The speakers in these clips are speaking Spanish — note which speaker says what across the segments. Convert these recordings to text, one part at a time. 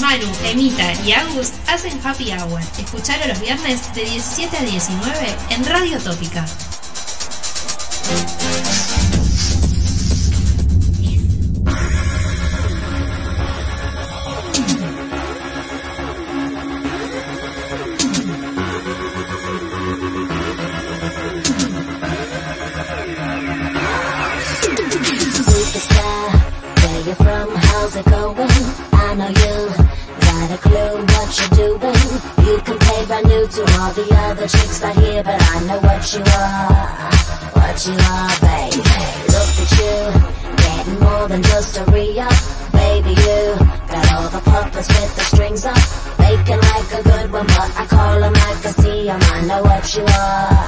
Speaker 1: Maru, Emita y Agus hacen Happy Hour. Escuchalo los viernes de 17 a 19 en Radio Tópica.
Speaker 2: Superstar, where you from? How's it going? I know you got a clue what you're doing. You compare brand new to all the other chicks out here, but I know what you are, what you are, baby. Look at you, getting more than just a re-up, baby. You got all the puppets with the strings up, baking like a good one, but I call 'em like I see 'em. I know what you are,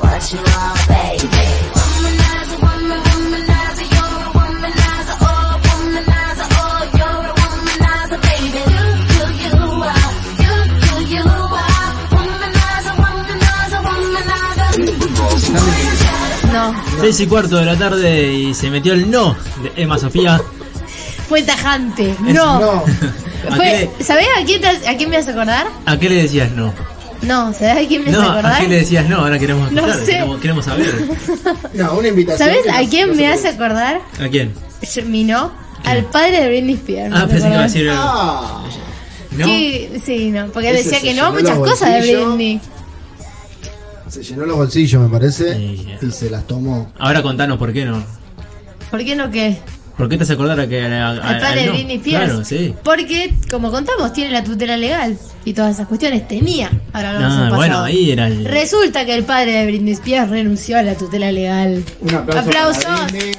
Speaker 2: what you are, baby. Womanizer, woman, womanizer, you're a womanizer, oh womanizer, oh you're a womanizer, baby. Look who you are, look who you are. Womanizer, womanizer, womanizer.
Speaker 3: No,
Speaker 4: 6 y cuarto de la tarde y se metió el no de Emma Sofía.
Speaker 3: fue tajante. No.
Speaker 5: No.
Speaker 4: ¿A
Speaker 3: Fue,
Speaker 4: qué,
Speaker 3: ¿Sabés a quién, te- a quién me vas a acordar?
Speaker 4: a qué le decías no?
Speaker 3: No, ¿sabés a quién me
Speaker 4: No,
Speaker 3: vas a
Speaker 4: ¿a
Speaker 3: acordar?
Speaker 4: qué le decías no? Ahora queremos
Speaker 3: No
Speaker 4: escuchar,
Speaker 3: sé.
Speaker 4: queremos, queremos saber.
Speaker 5: No, una invitación.
Speaker 3: ¿Sabés
Speaker 5: que
Speaker 3: a
Speaker 5: no-
Speaker 3: quién
Speaker 5: no
Speaker 3: me
Speaker 5: se
Speaker 3: vas a
Speaker 5: puede.
Speaker 3: acordar?
Speaker 4: ¿A quién?
Speaker 3: Yo- Mi no. Al padre de Britney Spears.
Speaker 4: Ah,
Speaker 3: ¿te
Speaker 4: pensé que iba a
Speaker 3: acordás?
Speaker 4: decir no.
Speaker 5: Ah,
Speaker 3: Que- Sí, no, porque él
Speaker 5: Ese
Speaker 3: decía
Speaker 5: se
Speaker 3: que no a
Speaker 5: llenó
Speaker 3: muchas
Speaker 5: los
Speaker 3: cosas de
Speaker 5: bolsillos.
Speaker 3: Britney.
Speaker 5: se llenó los bolsillos, me parece.
Speaker 4: Sí.
Speaker 5: Y se las tomó.
Speaker 4: Ahora contanos por qué no.
Speaker 3: ¿Por qué no qué?
Speaker 4: ¿Por qué te has acordado a que a- a-
Speaker 3: Al padre
Speaker 4: al
Speaker 3: de
Speaker 4: Ah, no?
Speaker 3: Britney Spears.
Speaker 4: Claro, sí.
Speaker 3: Porque, como contamos, tiene la tutela legal y todas esas cuestiones. Tenía. Ahora hablamos
Speaker 4: No,
Speaker 3: en pasado.
Speaker 4: Ah, bueno, ahí era el-
Speaker 3: Resulta que el padre de Britney Spears renunció a la tutela legal.
Speaker 5: Un aplauso.
Speaker 3: Aplausos.
Speaker 5: para Disney.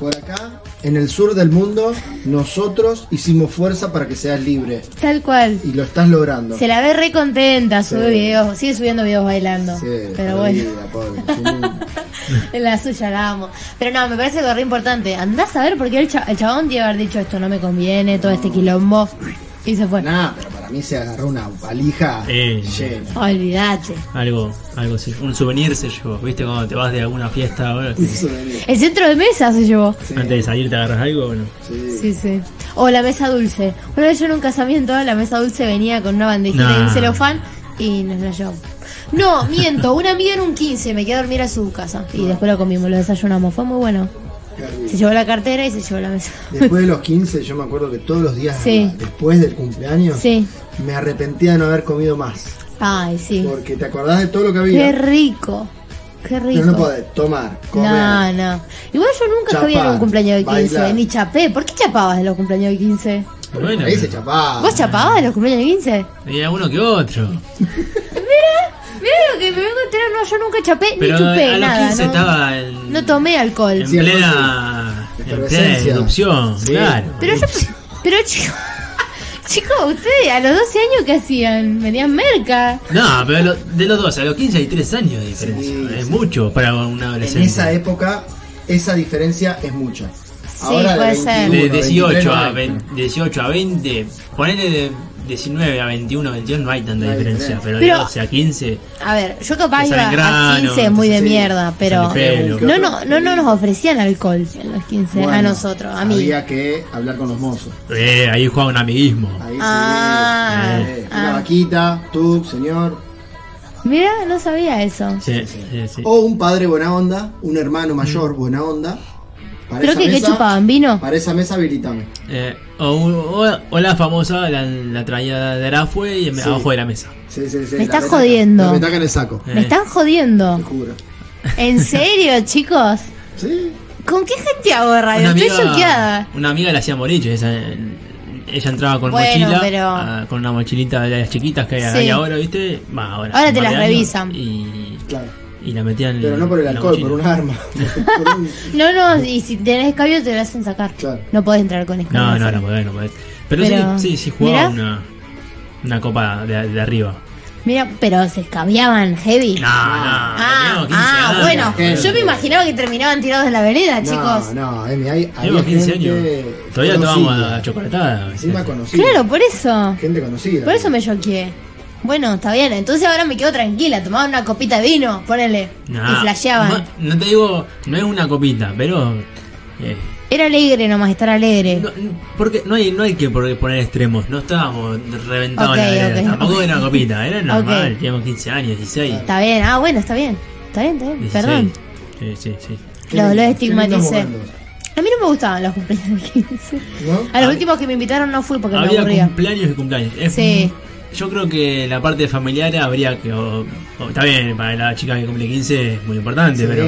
Speaker 5: Por acá, en el sur del mundo, nosotros hicimos fuerza para que seas libre.
Speaker 3: Tal cual.
Speaker 5: Y lo estás logrando.
Speaker 3: Se la ve re contenta, sube
Speaker 5: Sí.
Speaker 3: videos, sigue subiendo videos bailando.
Speaker 5: Sí,
Speaker 3: pero
Speaker 5: perdida,
Speaker 3: bueno,
Speaker 5: pobre. Yo no-
Speaker 3: la suya la amo. Pero no, me parece que es re importante. Andás a ver por qué el, cha- el chabón debe haber dicho esto no me conviene, todo este quilombo. Y se fue.
Speaker 5: Nah, pero para mí se agarró una valija
Speaker 4: Eh.
Speaker 5: llena.
Speaker 3: Olvídate.
Speaker 4: Algo, algo así. Un souvenir se llevó. ¿Viste cuando te vas de alguna fiesta? bueno,
Speaker 5: Eso venía.
Speaker 3: El centro de mesa se llevó.
Speaker 5: Sí,
Speaker 4: Antes de salir te agarras algo, bueno.
Speaker 5: sí.
Speaker 3: Sí, sí. O la mesa dulce. Una vez yo en un casamiento, la mesa dulce venía con una bandejita
Speaker 4: Nah.
Speaker 3: y un celofán y nos la llevamos. No, miento, una amiga en un 15 me quedé a dormir a su casa
Speaker 5: Ah.
Speaker 3: y después lo comimos, lo desayunamos, fue muy bueno.
Speaker 5: Qué
Speaker 3: Se
Speaker 5: rico.
Speaker 3: llevó la cartera y se llevó la mesa.
Speaker 5: Después de los 15, yo me acuerdo que todos los días
Speaker 3: Sí.
Speaker 5: después del cumpleaños,
Speaker 3: Sí.
Speaker 5: me arrepentía de no haber comido más.
Speaker 3: Ay, sí.
Speaker 5: Porque te acordás de todo lo que había.
Speaker 3: Qué rico. Qué rico.
Speaker 5: Pero no podés tomar, comer.
Speaker 3: No, no. Igual yo nunca
Speaker 5: Chapar,
Speaker 3: fui en un cumpleaños de 15,
Speaker 5: bailar.
Speaker 3: ni chapé. ¿Por qué chapabas de los cumpleaños de 15?
Speaker 4: Bueno,
Speaker 5: Ahí se chapaba.
Speaker 3: ¿Vos chapabas de los cumpleaños de 15?
Speaker 4: había uno que otro.
Speaker 3: Mira lo que me vengo a enterar, no, yo nunca chapé
Speaker 4: Pero
Speaker 3: ni chupé
Speaker 4: a los
Speaker 3: nada.
Speaker 4: 15
Speaker 3: no,
Speaker 4: estaba en,
Speaker 3: no tomé alcohol.
Speaker 4: en
Speaker 5: Sí,
Speaker 4: plena, en plena
Speaker 5: Efervescencia.
Speaker 4: erupción.
Speaker 5: Sí.
Speaker 4: Claro.
Speaker 3: Pero yo. Pero chicos. Chicos, ustedes a los 12 años que hacían, venían merca.
Speaker 4: No, pero lo- de los 12, a los 15 hay 3 años de diferencia.
Speaker 5: Sí,
Speaker 4: es mucho para un
Speaker 5: En
Speaker 4: adolescente.
Speaker 5: esa época, esa diferencia es mucha. Ahora de
Speaker 3: puede ser.
Speaker 4: de ah,
Speaker 5: 21, 23
Speaker 4: 18
Speaker 5: no
Speaker 4: a,
Speaker 5: hay.
Speaker 4: 20, 18 a 20, ponele de 19 a 21, 21 no hay tanta
Speaker 5: No hay
Speaker 4: diferencia,
Speaker 5: diferencia.
Speaker 4: pero,
Speaker 3: Pero-
Speaker 4: de 12 a 15,
Speaker 3: A ver, yo capaz
Speaker 4: Que
Speaker 3: iba
Speaker 4: salen
Speaker 3: a
Speaker 4: granos,
Speaker 3: 15 muy de
Speaker 5: sí,
Speaker 3: mierda, pero.
Speaker 4: sale pelo.
Speaker 3: No, no, no, no nos ofrecían alcohol en los 15, a
Speaker 5: Bueno,
Speaker 3: nosotros, a mí.
Speaker 5: Había que hablar con los mozos.
Speaker 4: eh, ahí juega un amiguismo.
Speaker 5: Ahí sí.
Speaker 3: Ah,
Speaker 5: Eh,
Speaker 3: ah.
Speaker 5: Una vaquita, tú, señor.
Speaker 3: Mira, no sabía eso.
Speaker 4: Sí, sí, sí.
Speaker 5: O un padre buena onda, un hermano mayor buena onda. Para
Speaker 3: Mm. ¿Pero
Speaker 5: esa
Speaker 3: qué, qué
Speaker 5: mesa-
Speaker 3: chupaban? ¿Vino?
Speaker 5: Para esa mesa habilitame.
Speaker 4: Eh, o, un- o- o la famosa, la, la traída de Arafue y en-
Speaker 5: Sí.
Speaker 4: abajo de la mesa.
Speaker 5: Sí, sí, sí,
Speaker 3: Me
Speaker 5: la
Speaker 3: estás
Speaker 5: petaca.
Speaker 3: jodiendo.
Speaker 5: La petaca en el saco,
Speaker 4: Eh.
Speaker 3: Me están jodiendo.
Speaker 5: te juro.
Speaker 3: ¿En serio, chicos?
Speaker 5: Sí.
Speaker 3: ¿Con qué gente hago radio?
Speaker 4: Una
Speaker 3: Estoy
Speaker 4: amiga,
Speaker 3: choqueada.
Speaker 4: una amiga le hacía moriche. esa- ella entraba con
Speaker 3: Bueno,
Speaker 4: mochila,
Speaker 3: pero-
Speaker 4: ah, con una mochilita de las chiquitas que
Speaker 3: Sí.
Speaker 4: hay ahora, ¿viste? Va, ahora,
Speaker 3: Ahora te
Speaker 4: un par
Speaker 3: las
Speaker 4: de años,
Speaker 3: revisan.
Speaker 4: Y,
Speaker 5: Claro.
Speaker 4: y la metían
Speaker 5: Pero no por el
Speaker 4: en Mm, la
Speaker 5: alcohol,
Speaker 4: mochila.
Speaker 5: por un arma. Por un-
Speaker 3: No, no, y si tenés escabio te lo hacen sacar.
Speaker 5: Claro.
Speaker 3: No podés entrar con escabio.
Speaker 4: No, no, no podés, no podés. Pero,
Speaker 3: Pero-
Speaker 4: sí, sí, sí jugaba
Speaker 3: mirá.
Speaker 4: una, una copa de, de arriba.
Speaker 3: Mira, pero se escabiaban heavy.
Speaker 4: No, no,
Speaker 3: Ah,
Speaker 4: teníamos 15
Speaker 3: ah,
Speaker 4: años.
Speaker 3: bueno,
Speaker 5: Gente.
Speaker 3: yo me imaginaba que terminaban tirados en la vereda, Ah, chicos.
Speaker 5: No, no, Emi, hay, había
Speaker 4: Teníamos 15
Speaker 5: gente
Speaker 4: años. Todavía tomábamos
Speaker 5: conocida.
Speaker 4: la chocolatada.
Speaker 5: Encima
Speaker 4: ¿viste?
Speaker 5: conocida.
Speaker 3: Claro, por eso.
Speaker 5: Gente conocida.
Speaker 3: Por eso me choqueé. Bueno, está bien, entonces ahora me quedo tranquila, tomaba una copita de vino, ponele.
Speaker 5: Ah,
Speaker 4: Nah,
Speaker 3: y flasheaban.
Speaker 4: ma- No te digo, no es una copita, pero Eh,
Speaker 3: Era alegre nomás, estar alegre.
Speaker 4: no, n- porque no hay, no hay que por- poner extremos, no estábamos reventados en
Speaker 3: Ok,
Speaker 4: la vereda,
Speaker 3: ok.
Speaker 4: tampoco era una copita, era normal,
Speaker 3: Ok.
Speaker 4: teníamos 15 años, 16.
Speaker 3: Está bien, ah, bueno, está bien. Está bien, está bien,
Speaker 4: 16.
Speaker 3: perdón.
Speaker 4: Sí, sí, sí.
Speaker 3: Los, los
Speaker 5: Qué lindos
Speaker 3: estigmaticé.
Speaker 5: momentos,
Speaker 3: A mí no me gustaban los cumpleaños de 15.
Speaker 5: ¿no?
Speaker 3: A los últimos que me invitaron no fui porque me
Speaker 4: Había
Speaker 3: aburría.
Speaker 4: cumpleaños y cumpleaños. Es-
Speaker 3: Sí.
Speaker 4: Yo creo que la parte familiar habría que. o- o- está bien, para la chica que cumple 15 es muy importante,
Speaker 5: Sí.
Speaker 4: pero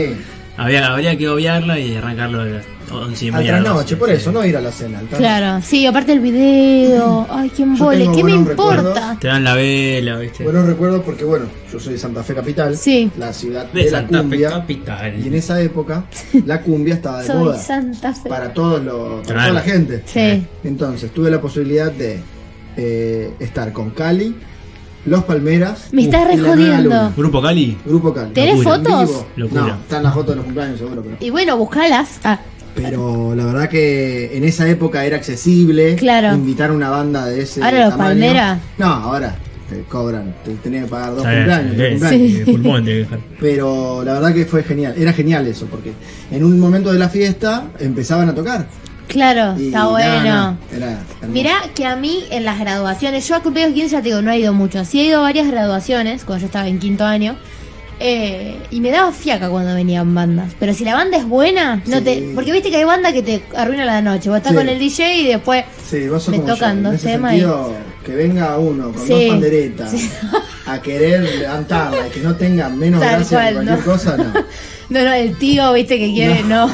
Speaker 4: había, habría que obviarla y arrancarlo a las 11 y
Speaker 5: Al
Speaker 4: media.
Speaker 5: trasnoche,
Speaker 4: 12.
Speaker 5: por eso, no ir a la cena. al trasnoche.
Speaker 3: Claro, sí, aparte el video. Ay, qué embole,
Speaker 5: tengo
Speaker 3: ¿qué me
Speaker 5: buenos
Speaker 3: importa?
Speaker 5: recuerdos.
Speaker 4: Te dan la vela, ¿viste?
Speaker 5: Buenos recuerdos porque, bueno, yo soy de Santa Fe Capital,
Speaker 3: Sí.
Speaker 5: la ciudad de,
Speaker 4: de
Speaker 5: la
Speaker 4: Santa Fe
Speaker 5: cumbia, y en
Speaker 4: Capital.
Speaker 5: esa época la cumbia estaba de
Speaker 3: Soy
Speaker 5: moda
Speaker 3: Santa Fe.
Speaker 5: para, todos los, para
Speaker 4: Claro.
Speaker 5: toda la gente.
Speaker 3: Sí.
Speaker 5: Entonces, tuve la posibilidad de eh, estar con Cali, Los Palmeras,
Speaker 3: Me estás
Speaker 5: y La Nueva
Speaker 3: rejodiendo.
Speaker 5: Luna.
Speaker 4: Grupo Cali.
Speaker 5: Grupo Cali.
Speaker 3: ¿Tenés
Speaker 5: En
Speaker 3: fotos?
Speaker 5: vivo.
Speaker 4: Locura.
Speaker 5: No, están las fotos de los cumpleaños seguro, pero...
Speaker 3: Y bueno, buscalas. Ah,
Speaker 5: Pero la verdad que en esa época era accesible
Speaker 3: Claro.
Speaker 5: invitar a una banda de ese
Speaker 3: Ahora los
Speaker 5: tamaño.
Speaker 3: Palmera.
Speaker 5: No, ahora te cobran, te tenés que pagar dos
Speaker 4: Está bien,
Speaker 5: cumpleaños, tres
Speaker 4: eh,
Speaker 5: cumpleaños.
Speaker 4: eh, pulmón tenés que dejar.
Speaker 5: Pero la verdad que fue genial, era genial eso, porque en un momento de la fiesta empezaban a tocar.
Speaker 3: claro,
Speaker 5: Y
Speaker 3: está
Speaker 5: nada,
Speaker 3: bueno.
Speaker 5: nada, era hermoso.
Speaker 3: Mirá que a mí en las graduaciones, yo a cumpleaños 15 ya te digo, no he ido mucho. Sí he ido a varias graduaciones cuando yo estaba en quinto año. eh, y me daba fiaca cuando venían bandas. Pero si la banda es buena, no
Speaker 5: Sí.
Speaker 3: te. Porque viste que hay banda que te arruina la noche. Vos estás
Speaker 5: Sí.
Speaker 3: con el DJ y después.
Speaker 5: Sí, vos sos
Speaker 3: Me
Speaker 5: como yo,
Speaker 3: tocan
Speaker 5: en
Speaker 3: dos
Speaker 5: ese
Speaker 3: temas
Speaker 5: sentido, que venga uno con
Speaker 3: Sí.
Speaker 5: dos panderetas a querer levantarla y que no tenga menos
Speaker 3: Tal
Speaker 5: gracia que
Speaker 3: cual,
Speaker 5: cualquier
Speaker 3: no.
Speaker 5: cosa, no.
Speaker 3: No, no, el tío, viste que quiere, no.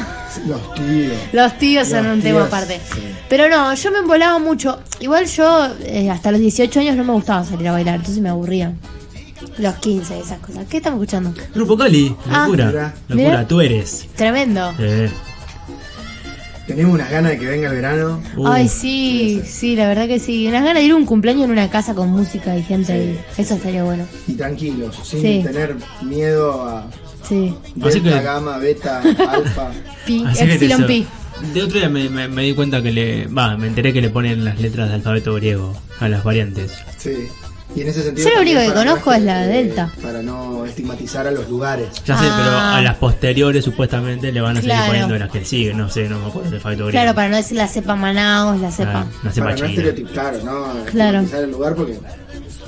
Speaker 5: Los tíos.
Speaker 3: Los tíos son
Speaker 5: Los
Speaker 3: un tema
Speaker 5: tíos,
Speaker 3: aparte.
Speaker 5: sí.
Speaker 3: Pero no, yo me embolaba mucho. Igual yo eh, hasta los 18 años no me gustaba salir a bailar, entonces me aburría. Los 15, esas cosas. ¿Qué estamos escuchando?
Speaker 4: Grupo Cali.
Speaker 3: Ah,
Speaker 4: Locura.
Speaker 5: mirá.
Speaker 4: Locura,
Speaker 3: Mirá.
Speaker 4: tú eres.
Speaker 3: Tremendo.
Speaker 4: Eh,
Speaker 5: Tenemos unas ganas de que venga el verano.
Speaker 4: uh,
Speaker 3: Ay, sí, sí, la verdad que sí. Unas ganas de ir a un cumpleaños en una casa con música y gente. ahí. Eso estaría bueno.
Speaker 5: y tranquilos, sin
Speaker 3: Sí.
Speaker 5: tener miedo a
Speaker 3: Sí.
Speaker 5: delta,
Speaker 4: que-
Speaker 5: gamma, beta, alfa.
Speaker 3: Pi,
Speaker 4: Así que te
Speaker 3: Epsilon
Speaker 4: so-
Speaker 3: Pi.
Speaker 4: De otro día me, me- me di cuenta que le. Va, me enteré que le ponen las letras de alfabeto griego a las variantes.
Speaker 5: Sí. Y en ese sentido.
Speaker 3: Yo lo
Speaker 5: también
Speaker 3: único que
Speaker 5: para
Speaker 3: conozco
Speaker 5: no
Speaker 3: es la
Speaker 5: este-
Speaker 3: delta.
Speaker 5: Para no estigmatizar a los lugares.
Speaker 4: Ya sé,
Speaker 3: Ah.
Speaker 4: pero a las posteriores supuestamente le van a
Speaker 3: Claro.
Speaker 4: seguir poniendo las que siguen. No sé, no me acuerdo del alfabeto griego.
Speaker 3: Claro, para no decir la cepa Manaos, la cepa.
Speaker 4: Ah, una cepa
Speaker 5: para no
Speaker 4: china.
Speaker 5: estereotipar, claro,
Speaker 3: Claro.
Speaker 5: ¿no? Estigmatizar el lugar porque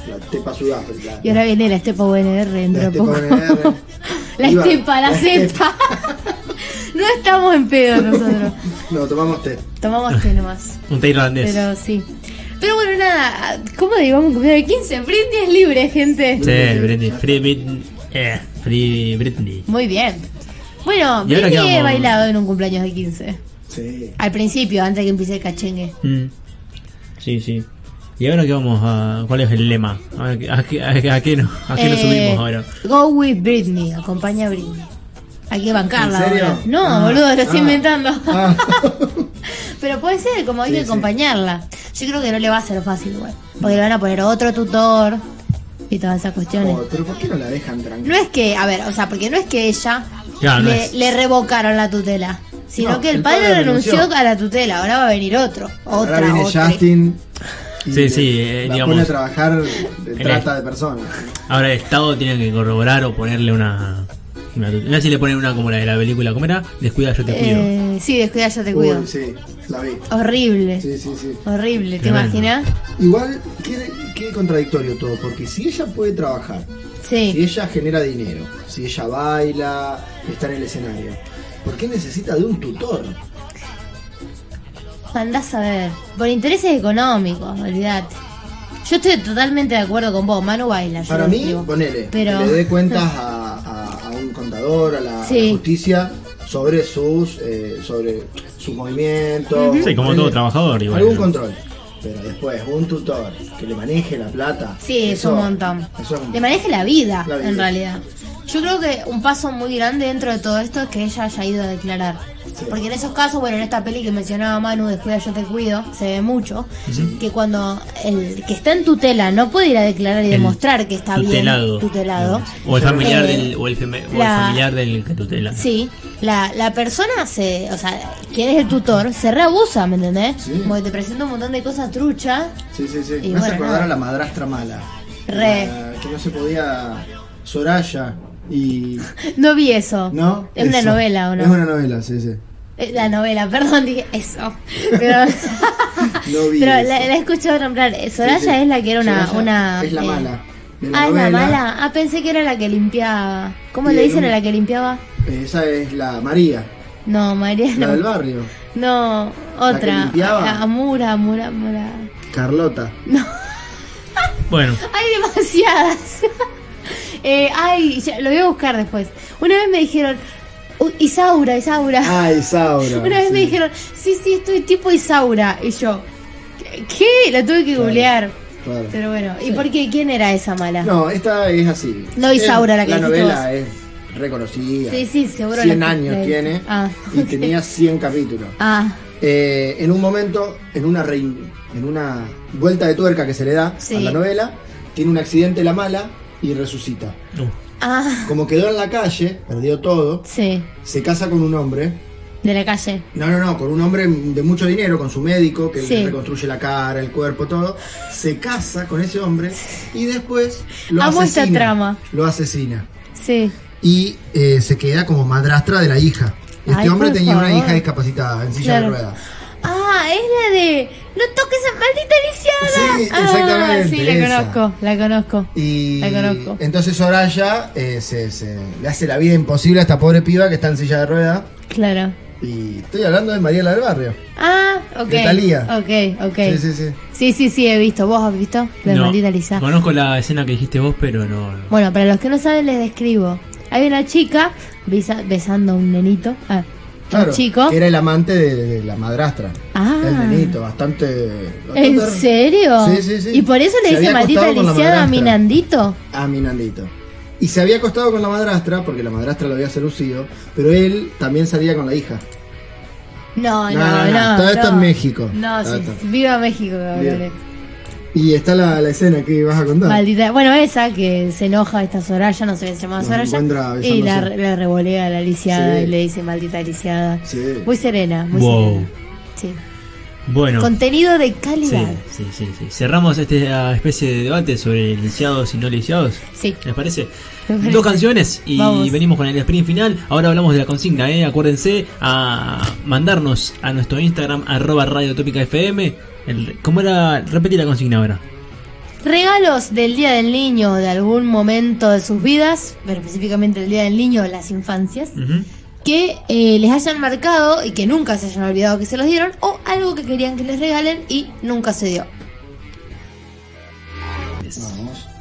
Speaker 5: la tepa Sudáfrica.
Speaker 3: Y ahora viene la estepa UNR dentro
Speaker 5: La
Speaker 3: de poco.
Speaker 5: estepa UNR.
Speaker 3: la
Speaker 5: Iba-
Speaker 3: estepa, la
Speaker 5: la
Speaker 3: cepa. no estamos en pedo nosotros.
Speaker 5: No, tomamos té.
Speaker 3: Tomamos té nomás.
Speaker 4: Un té irlandés.
Speaker 3: Pero sí. Pero bueno, nada. ¿Cómo digamos un cumpleaños de 15? Britney es libre, gente.
Speaker 4: Sí, Britney. Free Britney. eh, Free Britney.
Speaker 3: Muy bien. Bueno,
Speaker 4: ¿Y ahora
Speaker 3: Britney
Speaker 4: qué
Speaker 3: he
Speaker 4: vamos?
Speaker 3: bailado en un cumpleaños de 15.
Speaker 5: Sí.
Speaker 3: Al principio, antes de que empiece el cachengue.
Speaker 4: Mm. Sí, sí. ¿Y ahora qué vamos a.? ¿Cuál es el lema? A, ver, ¿a qué, a qué- a qué no- a qué nos
Speaker 3: Eh,
Speaker 4: subimos ahora?
Speaker 3: Go with Britney, acompaña a Britney. Hay que bancarla.
Speaker 5: ¿En serio?
Speaker 3: ahora. No,
Speaker 5: Ah,
Speaker 3: boludo, lo estoy
Speaker 5: ah.
Speaker 3: inventando.
Speaker 5: Ah.
Speaker 3: Pero puede ser, como hay
Speaker 5: Sí,
Speaker 3: que
Speaker 5: sí.
Speaker 3: acompañarla. Yo creo que no le va a ser fácil igual. Porque le van a poner otro tutor y todas esas cuestiones.
Speaker 5: Oh, pero ¿por qué no la dejan
Speaker 3: No
Speaker 5: tranquila?
Speaker 3: es que, a ver, o sea, porque no es que ella
Speaker 4: Claro, no
Speaker 3: le,
Speaker 4: es.
Speaker 3: le revocaron la tutela, sino
Speaker 5: No,
Speaker 3: que el,
Speaker 5: el
Speaker 3: padre,
Speaker 5: padre
Speaker 3: renunció
Speaker 5: renunció.
Speaker 3: a la tutela, ahora va a venir otro, otra,
Speaker 5: Ahora viene
Speaker 3: otra.
Speaker 5: Justin. y
Speaker 4: Sí,
Speaker 5: le-
Speaker 4: sí, eh,
Speaker 5: la
Speaker 4: digamos.
Speaker 5: pone a trabajar de trata de personas.
Speaker 4: Ahora el Estado tiene que corroborar o ponerle una. una no sé si le ponen una como la de la película. ¿Cómo era? Descuida, yo te cuido.
Speaker 3: Eh, sí, descuida, yo te cuido.
Speaker 5: Uy, sí, la vi.
Speaker 3: Horrible,
Speaker 5: Sí, sí, sí.
Speaker 3: horrible, ¿te
Speaker 4: Tremendo.
Speaker 3: imaginas?
Speaker 5: Igual, qué, qué contradictorio todo, porque si ella puede trabajar, si
Speaker 3: Sí.
Speaker 5: ella genera dinero, si ella baila, está en el escenario, ¿por qué necesita de un tutor?
Speaker 3: Andás a ver, por intereses económicos, olvídate. Yo estoy totalmente de acuerdo con vos, Manu baila. yo
Speaker 5: Para
Speaker 3: lo
Speaker 5: mí,
Speaker 3: escribo.
Speaker 5: ponele,
Speaker 3: Pero-
Speaker 5: que le dé cuentas a, a- a un contador, a la, a la
Speaker 3: Sí.
Speaker 5: justicia, sobre sus eh, sobre sus movimientos.
Speaker 4: Sí, como
Speaker 5: Ponele,
Speaker 4: todo trabajador, igual.
Speaker 5: Algún
Speaker 4: ¿no?
Speaker 5: control. Pero después, un tutor que le maneje la plata.
Speaker 3: Sí, es un montón.
Speaker 5: Eso es un-
Speaker 3: Le maneje la vida,
Speaker 5: La vida.
Speaker 3: en realidad. Yo creo que un paso muy grande dentro de todo esto es que ella haya ido a declarar.
Speaker 5: Sí.
Speaker 3: Porque en esos casos, bueno, en esta peli que mencionaba Manu, Descuida yo te cuido, se ve mucho, que cuando el que está en tutela no puede ir a declarar y
Speaker 4: El
Speaker 3: demostrar que está
Speaker 4: tutelado.
Speaker 3: bien tutelado.
Speaker 4: O el familiar
Speaker 3: Eh,
Speaker 4: del. O el, feme- o el
Speaker 3: la-
Speaker 4: familiar del que tutela.
Speaker 3: Sí, la, la persona se, o sea, quien es el tutor, se reabusa, ¿me entendés?
Speaker 5: Sí.
Speaker 3: Porque te presenta un montón de cosas truchas.
Speaker 5: Sí, sí, sí.
Speaker 3: Y
Speaker 5: Me hace
Speaker 3: bueno,
Speaker 5: acordar
Speaker 3: nada.
Speaker 5: a la madrastra mala.
Speaker 3: Re.
Speaker 5: La que no se podía. Soraya y.
Speaker 3: No vi eso.
Speaker 5: ¿No?
Speaker 3: Es una
Speaker 5: Eso.
Speaker 3: novela, ¿o no?
Speaker 5: Es una novela, sí, sí.
Speaker 3: Eh, La novela, perdón, dije eso. Pero,
Speaker 5: No vi
Speaker 3: pero la,
Speaker 5: eso.
Speaker 3: la he escuchado nombrar. Eh, Soraya
Speaker 5: Sí, sí.
Speaker 3: es la que era una.
Speaker 5: Soraya
Speaker 3: una
Speaker 5: es la
Speaker 3: eh,
Speaker 5: mala. de
Speaker 3: ah, es la
Speaker 5: novela.
Speaker 3: mala. Ah, pensé que era la que limpiaba. ¿Cómo
Speaker 5: Y
Speaker 3: le
Speaker 5: el
Speaker 3: dicen a
Speaker 5: un-
Speaker 3: la que limpiaba?
Speaker 5: Esa es la María,
Speaker 3: No, María
Speaker 5: la
Speaker 3: no.
Speaker 5: del barrio.
Speaker 3: No,
Speaker 5: que
Speaker 3: otra.
Speaker 5: limpiaba?
Speaker 3: Ah, Amura, Amura, Amura.
Speaker 5: Carlota.
Speaker 4: Bueno,
Speaker 3: Hay demasiadas. Eh, ay, ya, lo voy a buscar después. Una vez me dijeron, "Uh, Isaura, Isaura.
Speaker 5: Ah, Isaura.
Speaker 3: Una vez me
Speaker 5: sí.
Speaker 3: dijeron, sí, sí, estoy tipo Isaura. Y yo, ¿qué? La tuve que
Speaker 5: Claro,
Speaker 3: googlear.
Speaker 5: claro.
Speaker 3: Pero bueno, ¿y por qué? ¿Quién era esa mala?
Speaker 5: No, esta es así.
Speaker 3: No, Isaura,
Speaker 5: Es-
Speaker 3: la que dijiste
Speaker 5: novela es reconocida.
Speaker 3: Sí, sí, seguro la
Speaker 5: 100
Speaker 3: que-
Speaker 5: años
Speaker 3: la-
Speaker 5: tiene
Speaker 3: Ah,
Speaker 5: y
Speaker 3: ok.
Speaker 5: tenía 100 capítulos.
Speaker 3: Ah,
Speaker 5: Eh, en un momento, en una, rein- en una vuelta de tuerca que se le da
Speaker 3: Sí.
Speaker 5: a la novela, tiene un accidente la mala y resucita.
Speaker 4: no.
Speaker 3: ah,
Speaker 5: Como quedó en la calle, perdió todo,
Speaker 3: sí,
Speaker 5: se casa con un hombre.
Speaker 3: de la calle.
Speaker 5: No, no, no, con un hombre de mucho dinero, con su médico, que
Speaker 3: Sí.
Speaker 5: le reconstruye la cara, el cuerpo, todo. Se casa con ese hombre y después lo
Speaker 3: Amo esta
Speaker 5: asesina.
Speaker 3: trama.
Speaker 5: Lo asesina.
Speaker 3: Sí,
Speaker 5: y eh, se queda como madrastra de la hija. Este
Speaker 3: Ay,
Speaker 5: hombre
Speaker 3: por
Speaker 5: tenía una
Speaker 3: favor.
Speaker 5: hija discapacitada en silla
Speaker 3: Claro.
Speaker 5: de ruedas.
Speaker 3: Ah, es la de. ¡No toques a maldita lisiada!
Speaker 5: Sí,
Speaker 3: Ah,
Speaker 5: exactamente,
Speaker 3: sí, la
Speaker 5: esa.
Speaker 3: conozco, la conozco.
Speaker 5: Y
Speaker 3: La conozco.
Speaker 5: entonces Soraya eh, se, se- le hace la vida imposible a esta pobre piba que está en silla de ruedas.
Speaker 3: Claro.
Speaker 5: Y estoy hablando de Mariela del Barrio.
Speaker 3: Ah, ok.
Speaker 5: De Thalía.
Speaker 3: Ok, ok.
Speaker 5: Sí, sí, sí.
Speaker 3: Sí, sí, sí, he visto. ¿Vos has visto? La de
Speaker 4: No.
Speaker 3: maldita lisiada.
Speaker 4: Conozco la escena que dijiste vos, pero no. no.
Speaker 3: Bueno, para los que no saben les describo. Hay una chica besa- besando a un nenito. Ah,
Speaker 5: Claro,
Speaker 3: un chico.
Speaker 5: que era el amante de, de la madrastra.
Speaker 3: Ah.
Speaker 5: El nenito, bastante.
Speaker 3: ¿En
Speaker 5: bastante-
Speaker 3: serio?
Speaker 5: Sí, sí, sí.
Speaker 3: ¿Y por eso
Speaker 5: Se
Speaker 3: le dice
Speaker 5: había
Speaker 3: maldita
Speaker 5: acostado con la
Speaker 3: lisiada a mi
Speaker 5: madrastra.
Speaker 3: Nandito?
Speaker 5: a Minandito. Ah, Y se había acostado con la madrastra, porque la madrastra lo había seducido, pero él también salía con la hija.
Speaker 3: No, no,
Speaker 5: No,
Speaker 3: no.
Speaker 5: no, no, todo esto
Speaker 3: no.
Speaker 5: en México.
Speaker 3: No,
Speaker 5: Todo
Speaker 3: sí.
Speaker 5: esto.
Speaker 3: sí. Viva México, cabrones.
Speaker 5: Bien. Y está la, la escena que vas a contar.
Speaker 3: Maldita. Bueno, esa que se enoja esta Soraya, no sé qué se llama
Speaker 5: Nos
Speaker 3: Soraya.
Speaker 5: encuentra
Speaker 3: Y la,
Speaker 5: besándose.
Speaker 3: la revolea a la lisiada
Speaker 5: Sí.
Speaker 3: y le dice maldita lisiada.
Speaker 5: Sí.
Speaker 3: Muy serena, muy
Speaker 4: Wow.
Speaker 3: serena. Sí.
Speaker 4: Bueno.
Speaker 3: Contenido de
Speaker 4: Sí,
Speaker 3: calidad.
Speaker 4: sí, sí, sí. Cerramos esta especie de debate sobre lisiados y no lisiados.
Speaker 3: Sí.
Speaker 4: ¿Les parece?
Speaker 3: Me parece.
Speaker 4: Dos canciones y
Speaker 3: Vamos.
Speaker 4: venimos con el sprint final. Ahora hablamos de la consigna, ¿eh? Acuérdense a mandarnos a nuestro Instagram, arroba Radio Tópica FM. El- ¿Cómo era? Repetí la consigna ahora.
Speaker 3: Regalos del Día del Niño, de algún momento de sus vidas, pero específicamente el Día del Niño, las infancias,
Speaker 4: Ujú.
Speaker 3: que eh, les hayan marcado y que nunca se hayan olvidado que se los dieron, o algo que querían que les regalen y nunca se dio.
Speaker 5: Vamos.